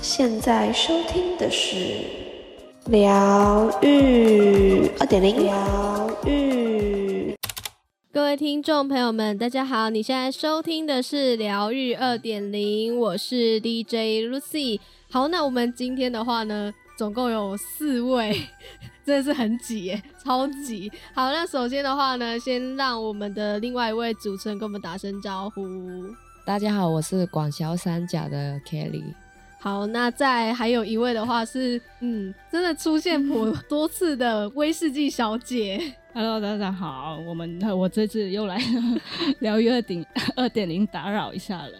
现在收听的是疗愈二点零，疗愈。各位听众朋友们，大家好！你现在收听的是《疗愈二点零》，我是 DJ Lucy。好，那我们今天的话呢，总共有四位， 真的是很挤耶，超级好。那首先的话呢，先让我们的另外一位主持人跟我们打声招呼。大家好，我是广销三甲的 Kelly。好，那再还有一位的话是，嗯，真的出现颇多次的威士忌小姐。 Hello，大家好，我们呃我这次又来疗愈二点二点零打扰一下了。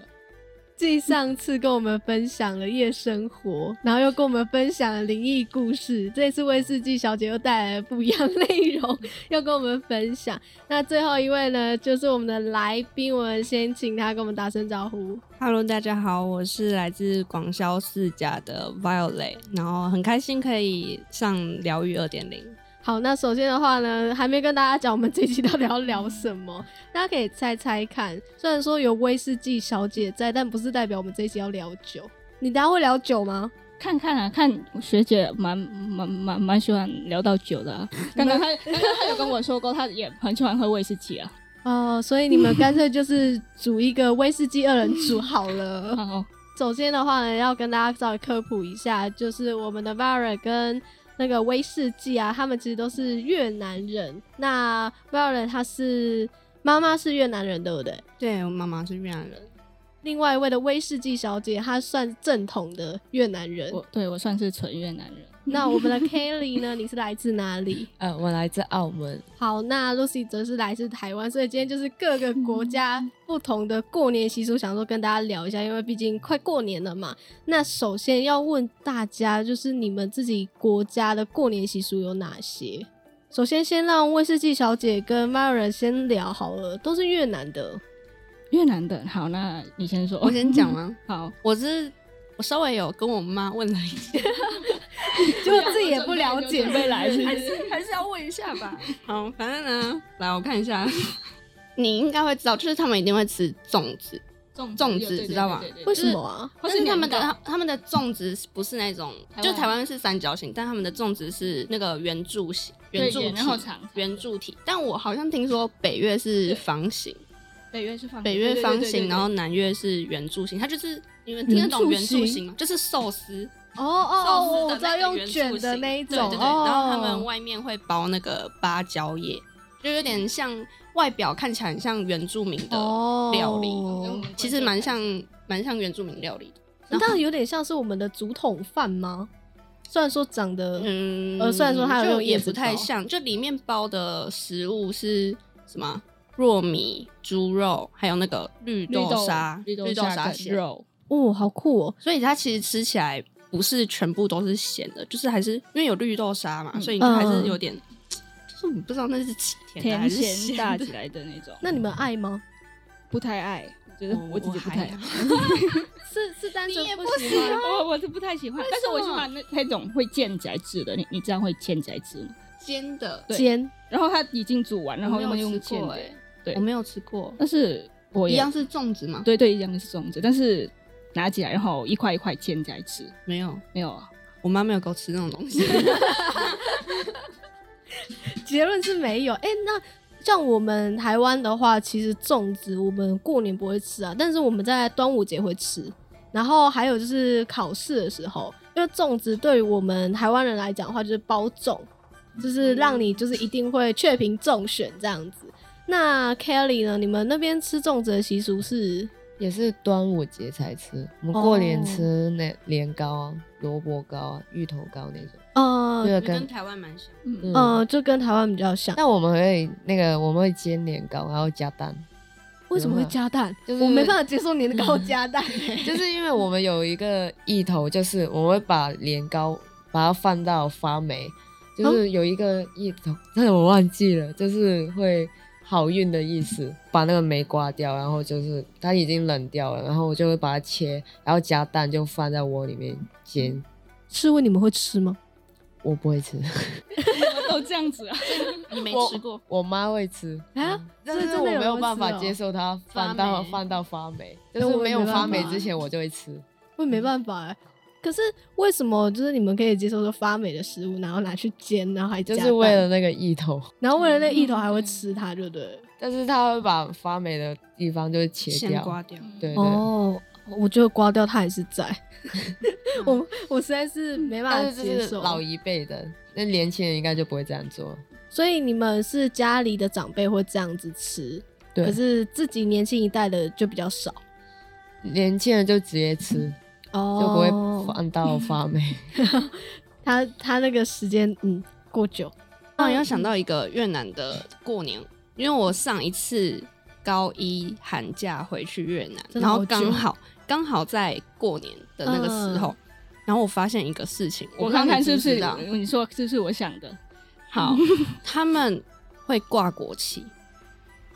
继上次跟我们分享了夜生活，然后又跟我们分享了灵异故事，这次威士忌小姐又带来了不一样内容， 要跟我们分享。那最后一位呢，就是我们的来宾，我们先请他跟我们打声招呼。 Hello，大家好，我是来自广销世家的 Violet，然后很开心可以上疗愈二点零。好，那首先的话呢，还没跟大家讲我们这一期到底要聊什么， 大家可以猜猜看。虽然说有威士忌小姐在，但不是代表我们这一期要聊酒。你大家会聊酒吗？看看啊，看学姐蛮蛮蛮蛮喜欢聊到酒 的啊、刚刚她刚刚她有跟我说过，她也很喜欢喝威士忌啊。哦，所以你们干脆就是煮一个威士忌二人组好 了。嗯哦，首先的话呢，要跟大家稍微科普一下，就是我们的 Violet 跟那个威士忌啊，他们其实都是越南人。那 Violet 她是妈妈是越南人，对不对？对我妈妈是越南人，另外一位的威士忌小姐，她算正统的越南人。我对我算是纯越南人。那我们的 Kelly 呢？你是来自哪里？呃，我来自澳门，好，那 Lucy 则是来自台湾，所以今天就是各个国家嗯不同的过年习俗，想说跟大家聊一下，因为毕竟快过年了嘛。那首先要问大家，就是你们自己国家的过年习俗有哪些？首先，先让威士忌小姐跟 m a r a 先聊好了，都是越南的。越南的，好，那你先说。我先讲？吗？ 好，我是我稍微有跟我妈问了一下，就自己也不了解未来 是不还是是还是要问一下吧。好，反正呢，来我看一下，你应该会知道，就是他们一定会吃粽子，粽粽子对对对知道吗对对对为什么啊？或就是是他们年的他们的粽子不是那种，台湾就台湾是三角形，但他们的粽子是那个圆柱形，圆对柱圆然后体长圆柱体。但我好像听说北越是方形，北越是方北越方形，然后呢？南越是圆柱形。它就是你们听得懂圆圆柱形柱形吗？就是寿司，哦哦寿哦，司我的知道那个用圆卷柱的形那一种，对对对。哦、然后他们外面会包那个芭蕉叶，就有点像外表看起来很像原住民的哦料理我们其实蛮像蛮像原住民料理的。然后那有点像是我们的竹筒饭吗？虽然说长得，嗯，呃虽然说它有那就种也叶子不太包像，就里面包的食物是什么啊？糯米、猪肉，还有那个绿绿豆沙、绿豆沙沙馅跟，肉，哦，好酷哦！所以它其实吃起来不是全部都是咸的，就是还是因为有绿豆沙嘛，嗯所以你就还嗯是有点，就是你不知道那是甜的还甜是咸咸大 的。起来的那种。那你们爱吗？不太爱，我觉得哦我自己不太爱，是是单纯你也不不喜喜欢欢哦我我是不太喜欢，但是我喜欢那那种会溅起来吃的，你你这样会溅起来吃吗？煎的，对煎然后它已经煮完，然后我用没有用吃溅过的，哎，对我没有吃过，但是我也一样是粽子吗？对对一样是粽子，但是拿起来然后一块一块溅起来吃，没有，没有啊？我妈没有给我吃那种东西。 结论是没有。哎、那像我们台湾的话，其实粽子我们过年不会吃啊，但是我们在端午节会吃。然后还有就是考试的时候，因为粽子对于我们台湾人来讲的话，就是包粽，嗯就是让你就是一定会确评中选这样子。那 Kelly 呢？你们那边吃粽子的习俗是 也是端午节才吃。我们过年哦吃那年糕啊、萝卜糕啊、芋头糕那种，呃那个哦跟跟台湾蛮像， 嗯，呃，就跟台湾比较像。但我们会那个我们会煎年糕，然后加蛋，为什么会加蛋？就是我没办法接受你的高加蛋、 就是因为我们有一个意头，就是我们会把年糕把它放到发霉，就是有一个意头，但是我忘记了，就是会好运的意思，把那个霉刮掉，然后就是它已经冷掉了，然后我就会把它切，然后加蛋就放在锅里面煎。试问你们会吃吗？我不会吃，啊都这样子啊，你没吃过？我妈会吃啊但所以是真我的有人没有办会法吃哦接受它放发到霉放到发霉，就我是也没有没办发霉法之前我就会吃。我也没办法哎、可是为什么就是你们可以接受说发霉的食物，然后拿去煎，然后还就加是蛋为了，那个芋头，然后为了那芋头还会吃它，就对了。但是他会把发霉的地方就是切先掉，刮掉。对对。哦，我觉得刮掉它也是在， 我我实在是没办但法是接这是受。老一辈的，那年轻人应该就不会这样做。所以你们是家里的长辈会这样子吃，对可是自己年轻一代的就比较少，年轻人就直接吃，哦就不会放到发霉。他他那个时间嗯过久，突然又嗯想到一个越南的过年，因为我上一次高一寒假回去越南，真的然好后久刚好刚好在过年的那个时候，然后我发现一个事情，嗯我不知道看你看知是不不是知道你说是不是我想的？ 好，他们会挂国旗，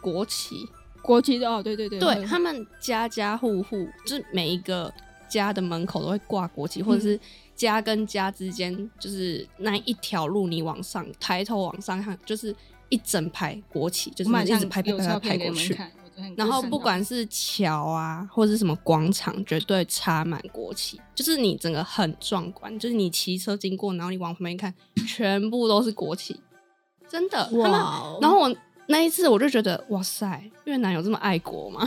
国旗，国旗的哦，对对对，对会他们家家户户，就是每一个家的门口都会挂国旗，或者是家跟家之间，就是那一条路你往上抬头往上看，就是一整排国旗，就是我马一上直排排有排照排片给过你们去。看，我昨天然后不管是桥啊，或者是什么广场，绝对插满国旗，就是你整个很壮观。就是你骑车经过，然后你往旁边看，全部都是国旗，真的。他们哇哦，然后我那一次我就觉得，哇塞，越南有这么爱国吗？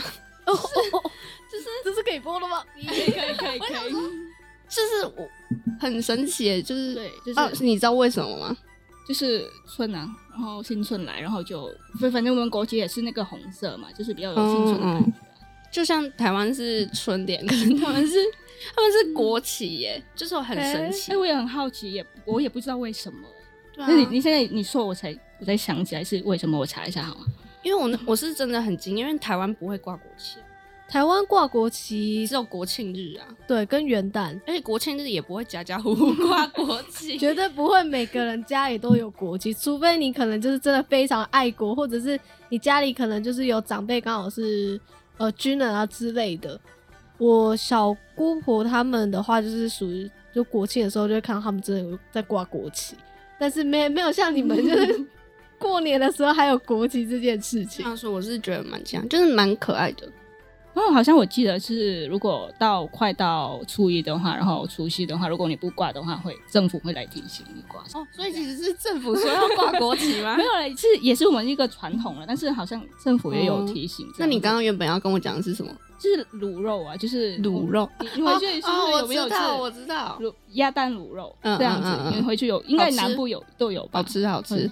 就是这是可以播的吗？可以可以可以 可以，就是我很神奇耶，就是对就是啊，你知道为什么吗？就是春啊，然后新春来，然后就反反正我们国旗也是那个红色嘛，就是比较有青春的感觉啊。就像台湾是春联，可是他们是他们是国旗耶，就是我很神奇哎，。我也很好奇，也我也不知道为什么。对那你啊你现在你说我才我才想起来是为什么，我查一下好吗？因为我那我是真的很惊讶，因为台湾不会挂国旗，台湾挂国旗只有国庆日啊，对跟元旦，。而且国庆日也不会家家户户挂国旗 绝对不会每个人家里都有国旗，除非你可能就是真的非常爱国，或者是你家里可能就是有长辈刚好是呃军人啊之类的。我小姑婆他们的话，就是属于就国庆的时候就会看到他们真的有在挂国旗，但是没没有像你们就是过年的时候还有国旗这件事这情。样说我是觉得蛮这样，就是蛮可爱的。哦，好像我记得是，如果到快到初一的话，然后除夕的话，如果你不挂的话，会政府会来提醒你挂。哦，所以其实是政府说要挂国旗吗 没？有嘞，是也是我们一个传统嗯了，但是好像政府也有提醒。那你刚刚原本要跟我讲的是什么？就是卤肉啊，就是卤肉，你你回去是不是哦，有我没有知吃道，我知道，卤鸭蛋卤肉嗯这样子嗯嗯？嗯你回去有应该好吃南部有都有吧？好吃好会吃。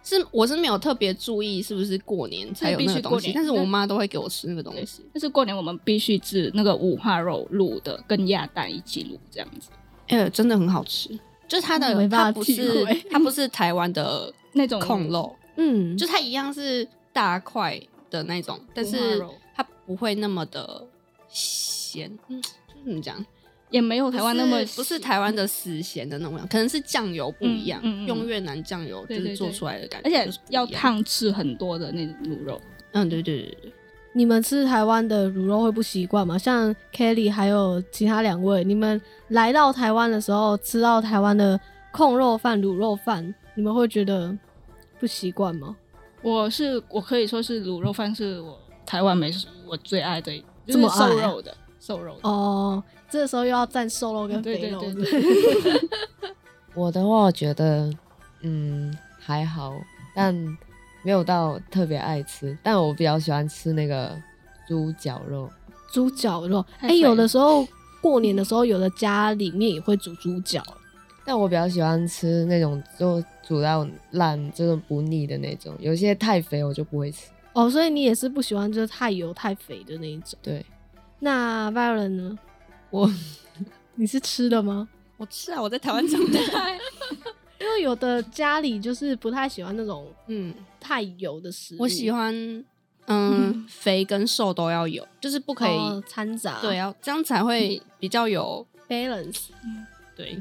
是我是没有特别注意是不是过年才有那个是必东须过西，年但是我妈都会给我吃那个东西。但是过年我们必须吃那个五花肉卤的，跟鸭蛋一起卤这样子，哎、真的很好吃，就是它没的办法它不体是会它不是台湾的那种控肉，嗯，就它一样是大块的那种，但是肉它不会那么的咸，嗯，就是怎么讲？也没有台湾那么不是不是台湾的死咸的那种，可能是酱油不一样，嗯嗯嗯用越南酱油就对对是对做出来的感觉，而且就是不一要样。烫吃很多的那种卤肉，嗯，对对对对对，你们吃台湾的卤肉会不习惯吗？像 Kelly 还有其他两位，你们来到台湾的时候吃到台湾的控肉饭、卤肉饭，你们会觉得不习惯吗？我是我可以说是卤肉饭是我台湾美食我最爱的，就这么是爱瘦肉的瘦肉的。哦，这时候又要蘸瘦肉跟对肥对肉，对是不是 对，我的话，我觉得，嗯，还好，但没有到特别爱吃。但我比较喜欢吃那个猪脚肉，猪脚肉。太哎、肥有了的时候过年的时候，有的家里面也会煮猪脚。但我比较喜欢吃那种就煮到烂，就是不腻的那种。有些太肥我就不会吃。哦，所以你也是不喜欢就是太油太肥的那一种。对，那 Violet 呢？ 我你是吃的吗？我吃啊，我在台湾长大，因为有的家里就是不太喜欢那种 嗯。太油的食物，我喜欢，嗯，肥跟瘦都要有，就是不可以，哦掺杂，对，要这样才会比较 有， balance。 对，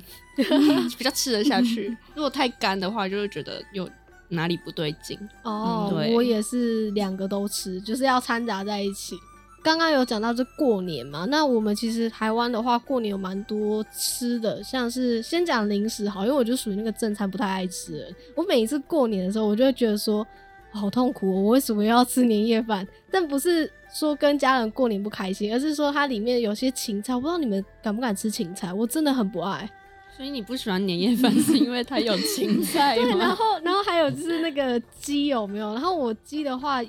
比较吃得下去。如果太干的话，就会觉得有哪里不对劲。哦嗯，对我也是两个都吃，就是要掺杂在一起。刚刚有讲到这过年嘛，那我们其实台湾的话，过年有蛮多吃的，像是先讲零食好，因为我就属于那个正餐不太爱吃的人。我每一次过年的时候，我就会觉得说，好痛苦、哦，我为什么要吃年夜饭？但不是说跟家人过年不开心，而是说它里面有些芹菜，我不知道你们敢不敢吃芹菜，我真的很不爱。所以你不喜欢年夜 饭，是因为它有芹菜对对，然吗？后然后还有就是那个鸡有没有？然后我鸡的话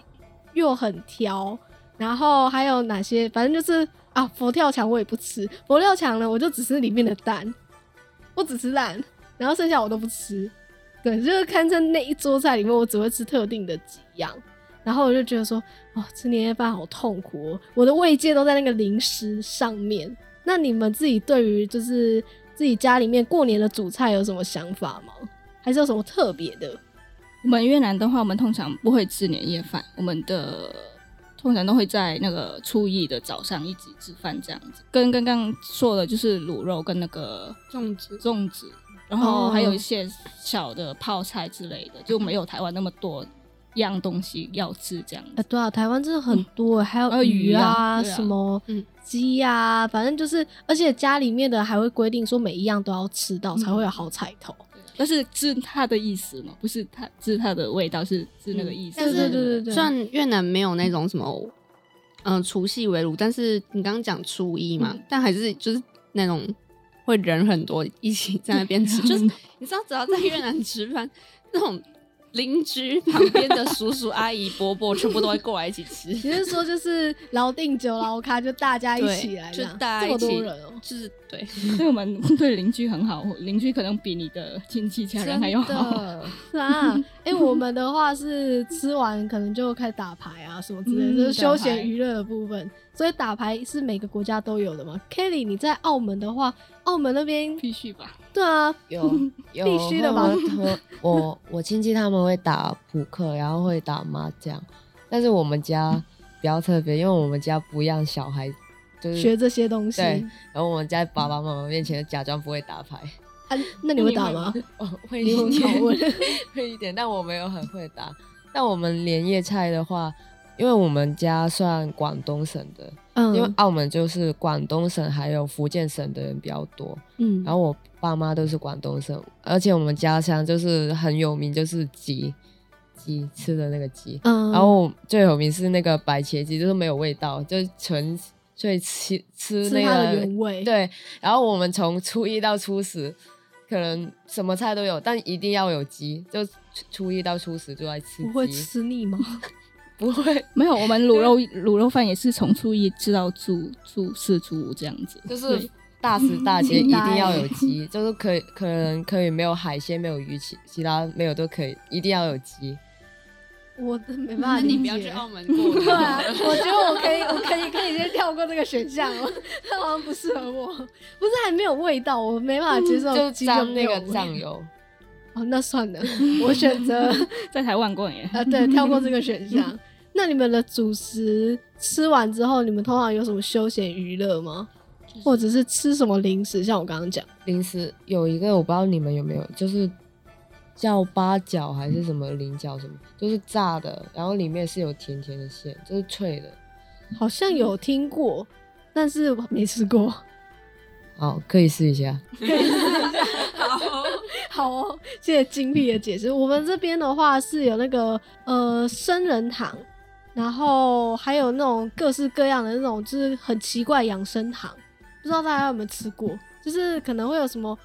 又很挑，然后还有哪些？反正就是啊，佛跳墙我也不吃，佛跳墙呢我就只吃里面的蛋，我只吃蛋，然后剩下我都不吃。对，就是堪称那一桌菜里面我只会吃特定的几样。然后我就觉得说，哦，吃年夜饭好痛苦、哦，我的慰藉都在那个零食上面。那你们自己对于就是自己家里面过年的主菜有什么想法吗？还是有什么特别的？我们越南的话，我们通常不会吃年夜饭，我们的通常都会在那个初一的早上一起吃饭这样子。跟刚刚说的就是卤肉跟那个粽子粽子，然哦后还有一些小的泡菜之类的，就没有台湾那么多样东西要吃这样啊，子。对啊，台湾真的很多，还还有有鱼鱼啊对啊什么嗯鸡啊，反正就是，而且家里面的还会规定说每一样都要吃到才会有好彩头。但是吃它的意思嘛，不是它吃它的味道，嗯是吃那个意嗯思。但是对对对虽然越南没有那种什么，嗯、除夕围炉，但是你刚刚讲初一嘛，但还是就是那种会人很多一起在那边吃，就是 你知道，只要在越南吃饭， 那种邻居旁边的叔叔阿姨伯伯全部都会过来一起吃，你是说就是老定酒老咖，就大家一起来对这就样，大这家一么多起，人哦、就是对，所以我们对邻居很好，邻居可能比你的亲戚家人还要好。是啊，哎、我们的话是吃完可能就开始打牌啊什么之类的，嗯就是休打牌闲娱乐的部分。所以打牌是每个国家都有的嘛。Kelly，你在澳门的话，澳门那边 必须吧？对啊，有 有必须的吧会和我我我亲戚他们会打扑克，然后会打麻将，但是我们家比较特别，因为我们家不让小孩就是学这些东西。对，然后我们在爸爸妈妈面前假装不会打牌，啊，那你会打吗？哦，会灵魂一点 拷问，会一点，但我没有很会打。但我们年夜菜的话，因为我们家算广东省的，因为嗯澳门就是广东省还有福建省的人比较多，嗯然后我爸妈都是广东省，而且我们家乡就是很有名，就是鸡，鸡吃的那个鸡，嗯，然后最有名是那个白切鸡，就是没有味道，就是纯粹吃吃吃那它的个原味，，对，然后我们从初一到初十，可能什么菜都有，但一定要有鸡，就初初一到初十就在吃 不会鸡，吃腻吗？不 会，没有，我们卤肉卤肉饭也是从初一吃到初初四、初五这样子。就是大 时大节一清淡定要有鸡，就是可以可能可以没有海鲜，没有鱼，其其他没有都可以，一定要有鸡。 我真没办那法理你解。不要去澳门 过对年。啊，我觉得我可以，我可以，可以先跳过这个选项 哦，它好像不适合我。不是还没有味道，我没办法接受嗯就鸡肉沾没那有个味酱。油，哦，那算了， 我选择，在台湾过年呃，对，跳过这个 选项。那你们的主食吃完之后，你们通常有什么休闲娱乐吗？或者是吃什么零食？像我刚刚讲，零食有一个我不知道你们有没有，就是叫八角还是什么菱角什么，就是炸的，然后里面是有甜甜的馅，就是脆的。好像有听过，但是我没吃过。好，可以试一下。 好、哦，谢谢精辟的解释。我们这边的话是有那个呃生人堂，然后还有那种各式各样的那种就是很奇怪养生堂，不知道大家有没有吃过？就是可能会有什么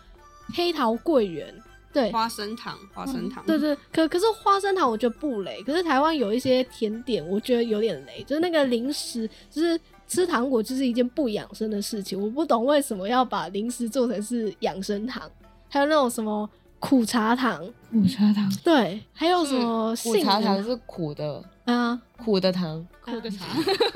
黑桃桂圆，对，花生糖，花生糖，对对，可可是花生糖我觉得不雷，可是台湾有一些甜点我觉得有点雷，就是那个零食，就是吃糖果就是一件不养生的事情，我不懂为什么要把零食做成是养生糖，还有那种什么苦茶糖，午茶糖，对，还有什么嗯苦杏茶仁糖是苦的，啊，苦的糖，苦的茶，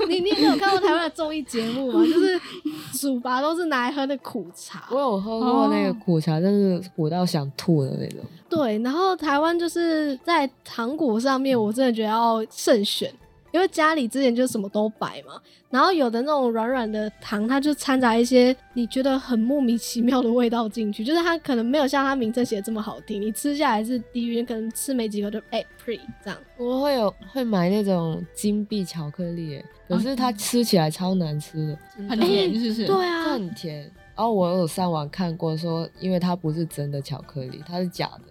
你你有看过台湾的综艺节目吗？就是 煮吧都是拿来喝的苦茶， 我有喝过那个哦苦茶，但是苦到想吐的那种。对，然后台湾就是在糖果上嗯面，我真的觉得要慎选，因为家里之前就什么都摆嘛，然后有的那种软软的糖，它就掺杂一些你觉得很莫名其妙的味道进去，就是它可能没有像它名称写的这么好听，你吃下来是低于，可能吃没几口就哎 pre 这样。我会有会买那种金币巧克力耶，哦可是它吃起来超难吃的，真的很甜是不对是？就啊，很甜。然后我有上网看过说，因为它不是真的巧克力，它是假的，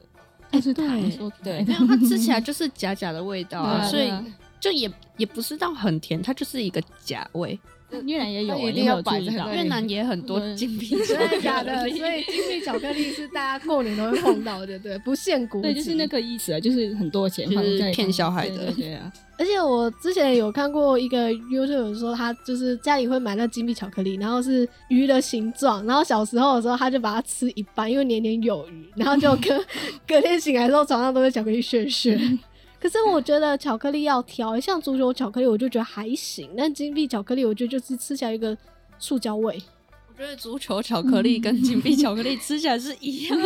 它是哎对糖说出来对没的有，它吃起来就是假假的味道啊，所对以啊就也也不是到很甜，它就是一个假味。越南也有啊，那一定因为要我注摆意在到那对里越南也很多对精品巧真克的力，假 的？ 所以金币巧克力是大家过年都会碰到的，对，不限国对，就是籍那个意思啊，就是很多钱就是放在骗小孩对的对对啊，而且我之前有看过一个 YouTube 说，他就是家里会买那金币巧克力，然后是鱼的形状，然后小时候的时候他就把它吃一半，因为年年有余，然后就隔 隔天醒来之后床上都是巧克力屑屑。可是我觉得巧克力要挑，像足球巧克力我就觉得还行，但金币巧克力我觉得就是吃起来有一个塑胶味，我觉得足球巧克力跟金币巧克力吃起来是一样的，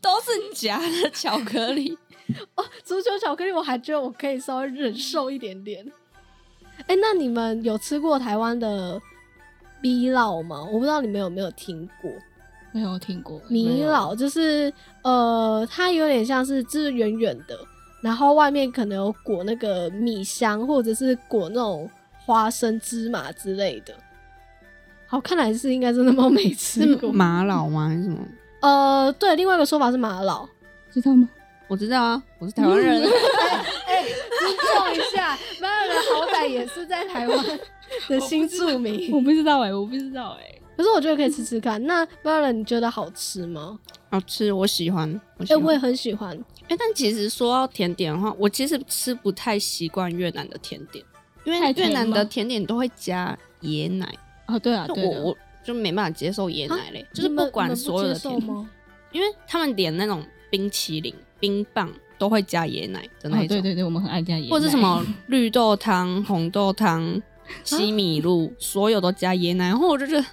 都是假的巧克力。足球巧克力我还觉得我可以稍微忍受一点点。哎、那你们有吃过台湾的米酪吗？我不知道你们有没有听过没有听过米酪，就是呃，它有点像是就是圆圆的，然后外面可能有裹那个米香，或者是裹那种花生、芝麻之类的。好，看来是应该真的猫没吃过。玛瑙吗？还是什么？嗯呃，对，另外一个说法是玛瑙。知道吗？我知道啊，我是台湾人。尊重哎一下，马尔人好歹也是在台湾的新住民。我不知道哎，我不知道哎，可是我觉得可以吃吃看。那马尔人你觉得好吃吗？好吃，我喜欢。我哎、喜欢我也很喜欢，哎、但其实说到甜点的话，我其实吃不太习惯越南的甜点，因为太甜越南吗的甜点都会加椰奶，哦对啊，就对我的我就没办法接受椰奶类，就是你们不管你们所有的接受甜点，吗？因为他们连那种冰淇淋、冰棒都会加椰奶的那哦一种，对对对，我们很爱加椰奶，或者是什么绿豆汤、红豆 汤、西米露，所有都加椰奶，然后我就觉得。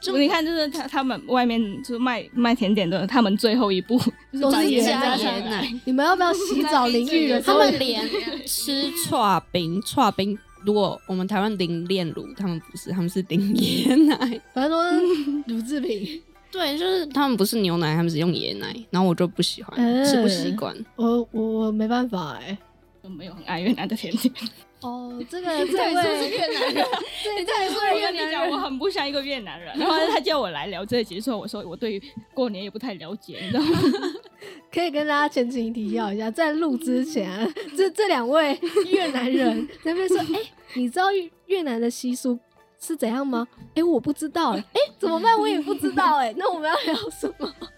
就你看，就是他他们外面就是卖卖甜点的，他们最后一步都把是椰加奶椰上来，你们要不要洗 澡淋浴的时他候？们连吃串冰，串冰如果我们台湾零炼乳，他们不是，他们是零椰奶。反正都是乳制品。 对，就是他们不是牛奶，他们是用椰奶，然后我就不喜欢，嗯吃不习惯。我我我没办法哎、我 没有很爱越南的甜点。哦，这个这你位越南 人？你再说我跟你讲，我很不像一个越南人。然后他叫我来聊这一集，说我说我对过年也不太了解，你知道吗？可以跟大家前情提要一下，在录之前 啊、这这两位越南人在那边说：“哎、你知道越越南的习俗是怎样吗？”哎、我不知道、哎、怎么办？我也不知道、哎， 那我们要聊什 么？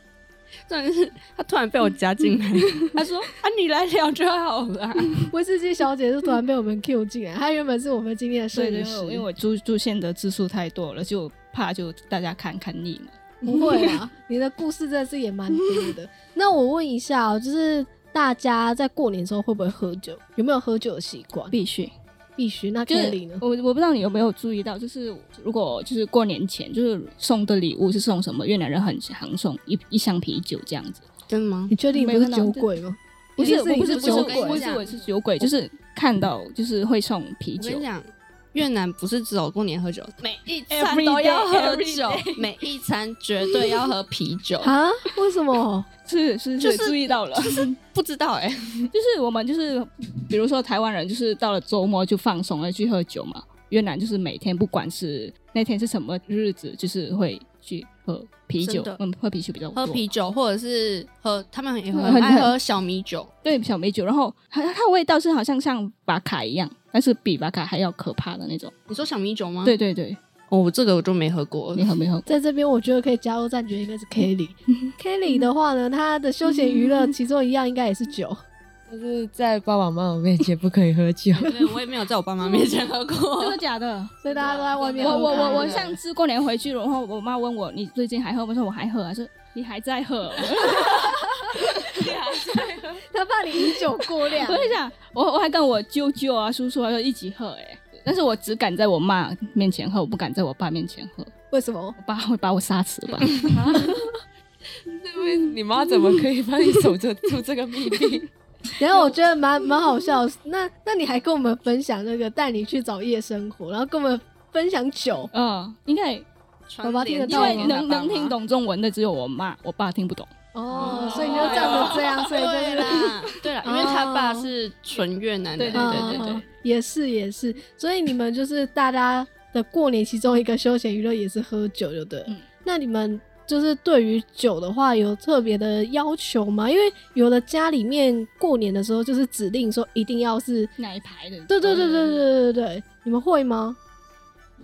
但是他突然被我加进 来，他说：“啊，你来聊就好了。威士忌小姐就突然被我们 Q 进来，她原本是我们今天的摄对影对，因为师，我因为我出出现的字数太多了，就怕就大家看看腻了。不会啊， 你的故事真的是也蛮多的。那我问一下、哦，就是大家在过年的时候会不会喝酒？有没有喝酒的习惯？必须，必须。那就 k 是 e 呢？我我不知道你有没有注意到，就是如果就是过年前就是送的礼物是送什么，越南人很常送一一箱啤酒这样子。” 真的吗？你确定你不是酒鬼吗？不一是定不你是是不是酒我跟你鬼啊不，是讲我是酒鬼，就是看到就是会送啤我跟酒你，讲，越南不是只有过年喝酒，每一餐 Every 都要喝 day, every 酒，每一餐绝对要喝啤 酒。啊？为什么？是是就是是注意到了，不知道哎、就是我们就是比如说台湾人就是到了周末就放松了去喝酒嘛，越南就是每天不管是那天是什么日子，就是会去喝啤酒真的，嗯，喝啤酒比较多，喝啤酒或者是喝，他们 也很很爱很喝小米酒。对小美酒，然后它它的味道是好像像巴卡一样，但是比巴卡还要可怕的那种。你说小米酒吗？对对对，哦，我这个我就没喝过你。喝没喝？在这边，我觉得可以加入战局应该是 Kelly。Kelly 的话呢，她的休闲娱乐其中一样应该也是酒。就是在爸爸妈妈面前不可以喝酒。对，我也没有在我爸妈面前喝 真 过的。假的？所以大家都在外面我喝我咖我啡我上次过年回去，然后我妈问我你最近还喝吗？我说我还喝，她说你还在喝。 她怕你饮酒过量 我就想，我我还跟我舅舅啊、叔叔啊就一起喝哎、但是我只敢在我妈面前喝，我不敢在我爸面前喝，我为什么？爸会把我杀死 吧？你妈怎么可以帮你守着住这个秘密？然后我觉得蛮蛮好笑的。那那你还跟我们分享那个带你去找夜生活，然后跟我们分享酒，嗯，应该宝宝听得因到吗为能能听懂啊中文的只有我妈，我爸听不懂。哦，所以你就站着这样，所以就是 对啦，对啦，因为他爸是纯越南的，对对对嗯，也是也是，所以你们就是大家的过年其中一个休闲娱乐也是喝酒，就对了。嗯那你们就是对于酒的话有特别的要求吗？因为有的家里面过年的时候就是指定说一定要是，哪一排的？对对对对对对对，你们会吗？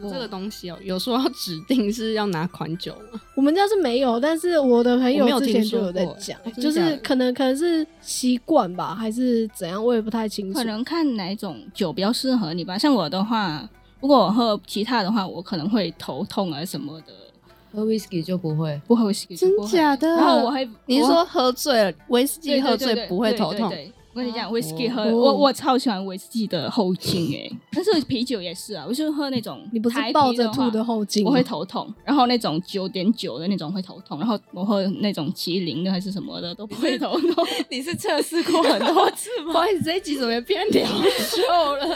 我，这个东西哦、有说要指定是要哪款酒吗？我们家是没有，但是我的朋我友没有之前听就说有在过讲哎，真的就假是的可能可能是习惯吧，还是怎样，我也不太清楚可。能看哪一种酒比较适合你吧。像我的话，如果我喝其他的话，我可能会头痛啊什么的，喝 whisky 就不会，不喝 whisky 就不会。的然后我还你是我说喝醉了，威士对忌喝对对醉对不会对头对痛？对我跟你讲哦，whisky 喝，哦我我超喜欢 whisky 的后劲哎、 但是啤酒也是啊，我就喝那种你不是台啤抱着吐的的话，后劲吗，我会头痛。然后那种九点九的那种会头痛，然后我喝那种麒麟的还是什么的都不会头 痛。你是测试过很多次不好意思，这一集怎么变聊酒了？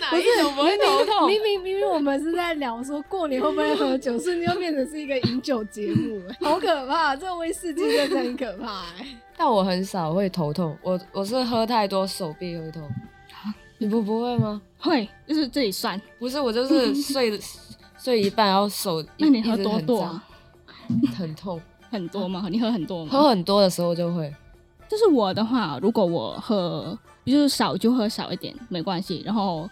哪一种不会头痛？明明明明我们是在聊说过年会不会喝酒，瞬间又变成是一个饮酒节目、 哎，好可怕！这威士忌真的很可怕、哎，但我很少会头痛，我我是喝太多手臂会痛。你不不会吗？会，就是这里酸。不是，我就是睡睡一半，然后手那你喝一直多很多胀啊？很痛。很多吗？你喝很多吗？喝很多的时候就会，就是我的话，如果我喝就是少就喝少一点，没关系。然后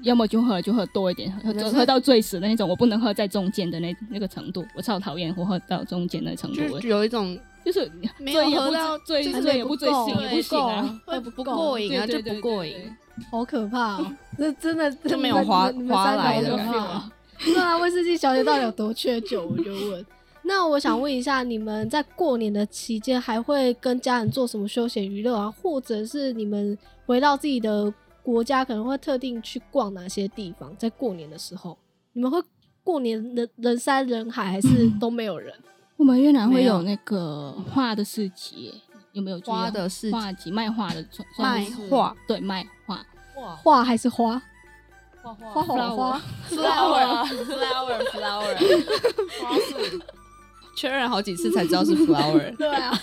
要么就喝就喝多一点，喝可是喝到醉死的那种，我不能喝在中间的那那个程度，我超讨厌我喝到中间的程度，就我有一种就是没有醉也不喝到醉就是醉也不醉还没醒哦也不行啊，会不不不够过瘾啊，对对就对不过对瘾对。好可怕、哦！ 这真的就没有划你们三个划来好的可感怕哦。对啊，威士忌小姐到底有多缺酒？我就问。那我想问一下，你们在过年的期间还会跟家人做什么休闲娱乐啊？或者是你们回到自己的国家，可能会特定去逛哪些地方？在过年的时候，你们会过年人人山人海，还是嗯都没有人？我们越南会没有有那个花的市集耶，有没有注意啊花的市集花集卖花的算卖算是画对卖花哇画还是花？花哇哇好花 flower， flower flower flower，花束， 确认好几次才知 道是 flower。对啊，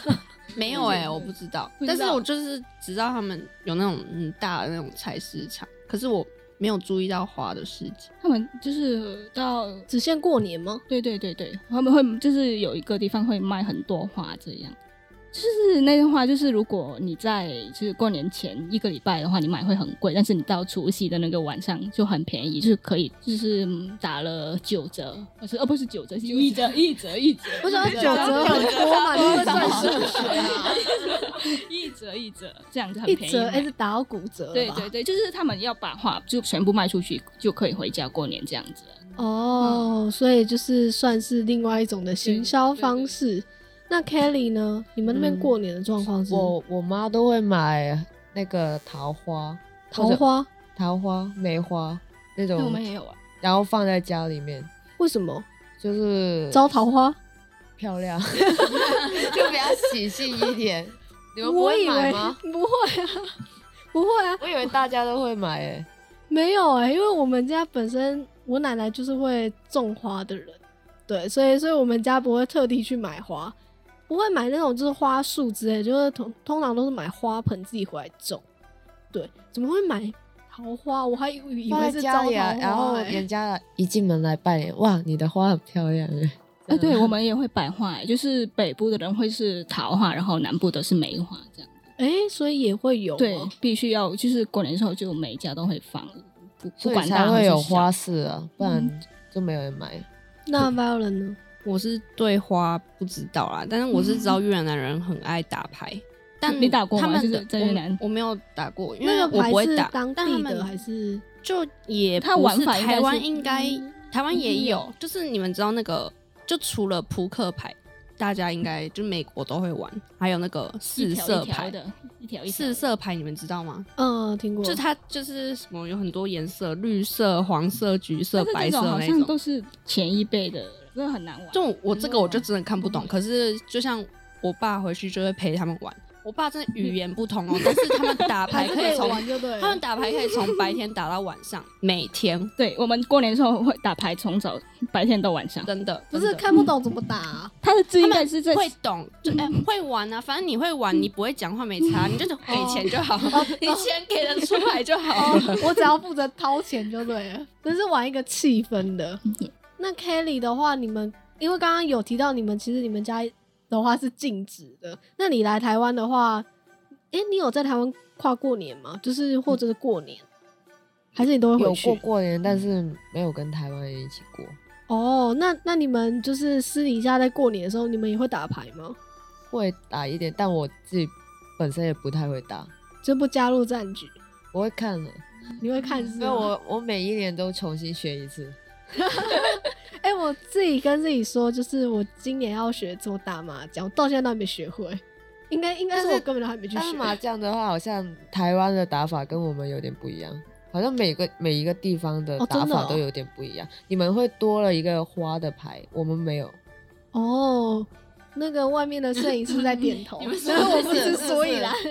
没有哎、我不知道不，知道但是我就是只知道他们有那种很大的那种菜市场，可是我没有注意到花的事情。他们就是到只限过年吗？对对对对，他们会就是有一个地方会卖很多花，这样。就是那个花，就是如果你在就是过年前一个礼拜的话，你买会很贵，但是你到除夕的那个晚上就很便宜，就是可以就是嗯打了九折，不是呃不是九折，是一折一折一折，我想一要九折很多啊嘛，你会算数学啊？ 一折一折这样就很一便宜欸折买。哎、是打到骨折吧？对对对，就是他们要把花就全部卖出去，就可以回家过年这样子。哦，所以就是算是另外一种的行销对对方式。那 Kelly 呢？你们那边嗯过年的状况是？我我妈都会买那个桃花，桃花桃花、梅花那那我种，们也有啊，然后放在家里面，为什么就是招桃花？漂亮， 就比较喜庆一 点。你们不我会以买为吗？ 不会啊，不会啊，我以为大家都会买诶、没有哎、因为我们家本身我奶奶就是会种花的人，对，所以所以我们家不会特地去买花，不会买那种就是花束之类，就是通通常都是买花盆自己回来种。对，怎么会买桃花？我还以为以放为在是家招桃花、里啊，欸，然后人家一进门来拜年，哇，你的花很漂亮诶、啊，嗯对，我们也会摆画，就是北部的人会是桃花，然后南部的是梅花，这样。哎、所以也会哦有哦对吗，必须要就是过年的时候，就每一家都会放，不不所管以大才还会是嗯有小花市啊，不然就没有人买。那 Violet 呢？我是对花不知道啦，但是我是知道越南人很爱打牌。 但嗯你打过吗他们就是的在越南我，我没有打过，因为那个我牌不会是打。当但他地们的还是就也它不玩是法应该台湾是应该嗯台湾也也有，就是你们知道那个，就除了扑克牌，大家应该就美国都会玩，还有那个一四条色一条牌的，一条一条四的色牌你们知道吗？嗯听过，就它就是什么有很多颜色，绿色、黄色、橘色但、是白这色种好那像都种。是前一辈的，真的很难玩。就我这个我就真的看不嗯懂，可是就像我爸回去就会陪他们玩，我爸真的语言不通哦，但是他们还打牌是可以以从玩就对了。他们打牌可以从白天打到晚上，每天对我们过年的时候会打牌，从早白天到晚上。真的不真是的看不懂怎么打啊、他的字应该是在会懂， 就哎、会玩啊，反正你会玩，你不会讲话没差，你就是给钱就好，你钱给得出来就好 了。哦，我只要负责掏钱就对了，只是玩一个气氛的。那 Kelly 的话，你们因为刚刚有提到你们，其实你们家的话是禁止的。那你来台湾的话，诶，你有在台湾跨过年吗？就是或者是过年，还是你都会有回去？过过年，但是没有跟台湾人一起过。哦，那那你们就是私底下在过年的时候，你们也会打牌吗？会打一点，但我自己本身也不太会打，就不加入战局？我会看的，你会看是因为吗？我我每一年都重新学一次。哎、我自己跟自己说，就是我今年要学怎么打麻将，我到现在都还没学会。应该应该是但是我根本都还没去但是学。 麻将的话，好像台湾的打法跟我们有点不一样，好像每个每一个地方的哦真打的法哦都有点不一样。你们会多了一个花的牌，我们没 有。哦，那个外面的摄影师在点头你们，是但是我不不是知是所以然。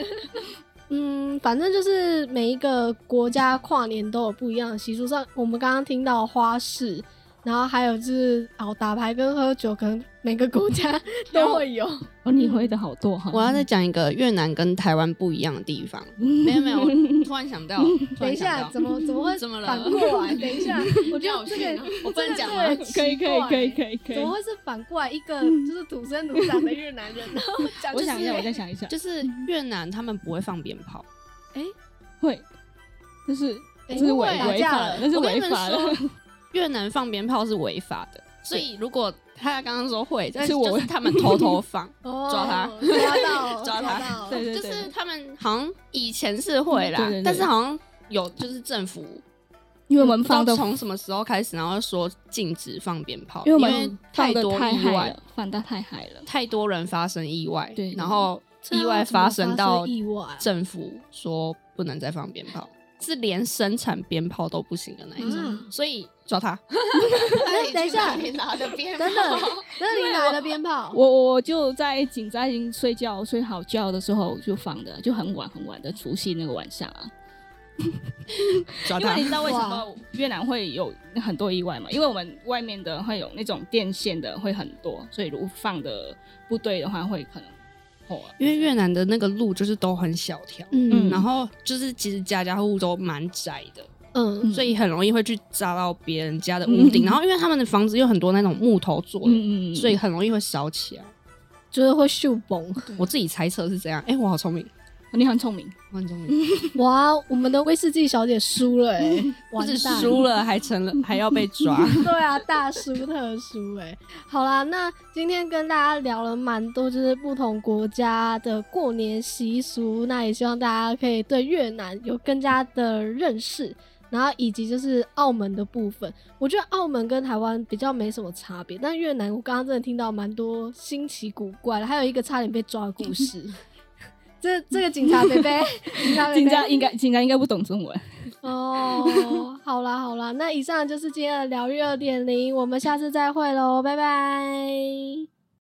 嗯，反正就是每一个国家跨年都有不一样的习俗。像我们刚刚听到花式，然后还有就是哦打牌跟喝酒，可能每个国家 都会有。哦，你会的好多哈。我要再讲一个越南跟台湾不一样的地方。 没有没有，我突然想到，突等一然想下，到怎么怎么会 怎么了反过来？等一 下，我觉要得哦我这个去吗我不能讲吗这个 可以可以可以以。可以可以怎么。会是反过来一个就是土生土长的越南人， 然后讲我想一下，就是我再想一下，就就是越南他们不会放鞭炮，会，就是哎这是违打违架法了的，那是我跟违你们法的。说，越南放鞭炮是违法的。所以如果他刚刚说会，但是是我就是他们偷偷 放，哦抓他抓到， 抓他到对对就对，是他们好像以前是会啦对对对，但是好像有就是政府因为我们放不的知道从什么时候开始，然后说禁止放鞭炮，因为因我们太放的多太意嗨外了，，放的太嗨了。太多人发生意外，对然后这意要外怎么发生到发生意外啊政府说不能再放鞭炮，是连生产鞭炮都不行的那一啊种，所以抓他。等一下你拿的鞭等 等，那你哪来的鞭炮？我我我就在紧张已经睡觉睡好觉的时候就放的，就很晚很晚的除夕那个晚上啊。抓因他为你知道为什哇么越南会有很多意外嘛？因为我们外面的会有那种电线的会很多，所以如果放的不对的话，会可能火啊。因为越南的那个路就是都很小条，嗯然后就是其实家家户户都蛮窄的，嗯，所以很容易会去砸到别人家的屋顶。嗯然后因为他们的房子有很多那种木头做的，嗯嗯，所以很容易会烧起来。就是会秀崩。我自己猜测是这样。哎、我好聪明，你很聪明，我很聪明，哇，我们的威士忌小姐输了哎，不完止蛋，输了还成了，还要被抓。 对啊，大输特输哎、好啦，那今天跟大家聊了蛮多，就是不同国家的过年习俗，那也希望大家可以对越南有更加的认识。然后以及就是澳门的部分，我觉得澳门跟台湾比较没什么差别，但越南我刚刚真的听到蛮多新奇古怪的，还有一个差点被抓的故事。这这个警察贝贝，警察贝贝紧张应该紧张应该不懂中文。哦，好啦好啦，那以上就是今天的疗愈二点零，我们下次再会喽，拜拜。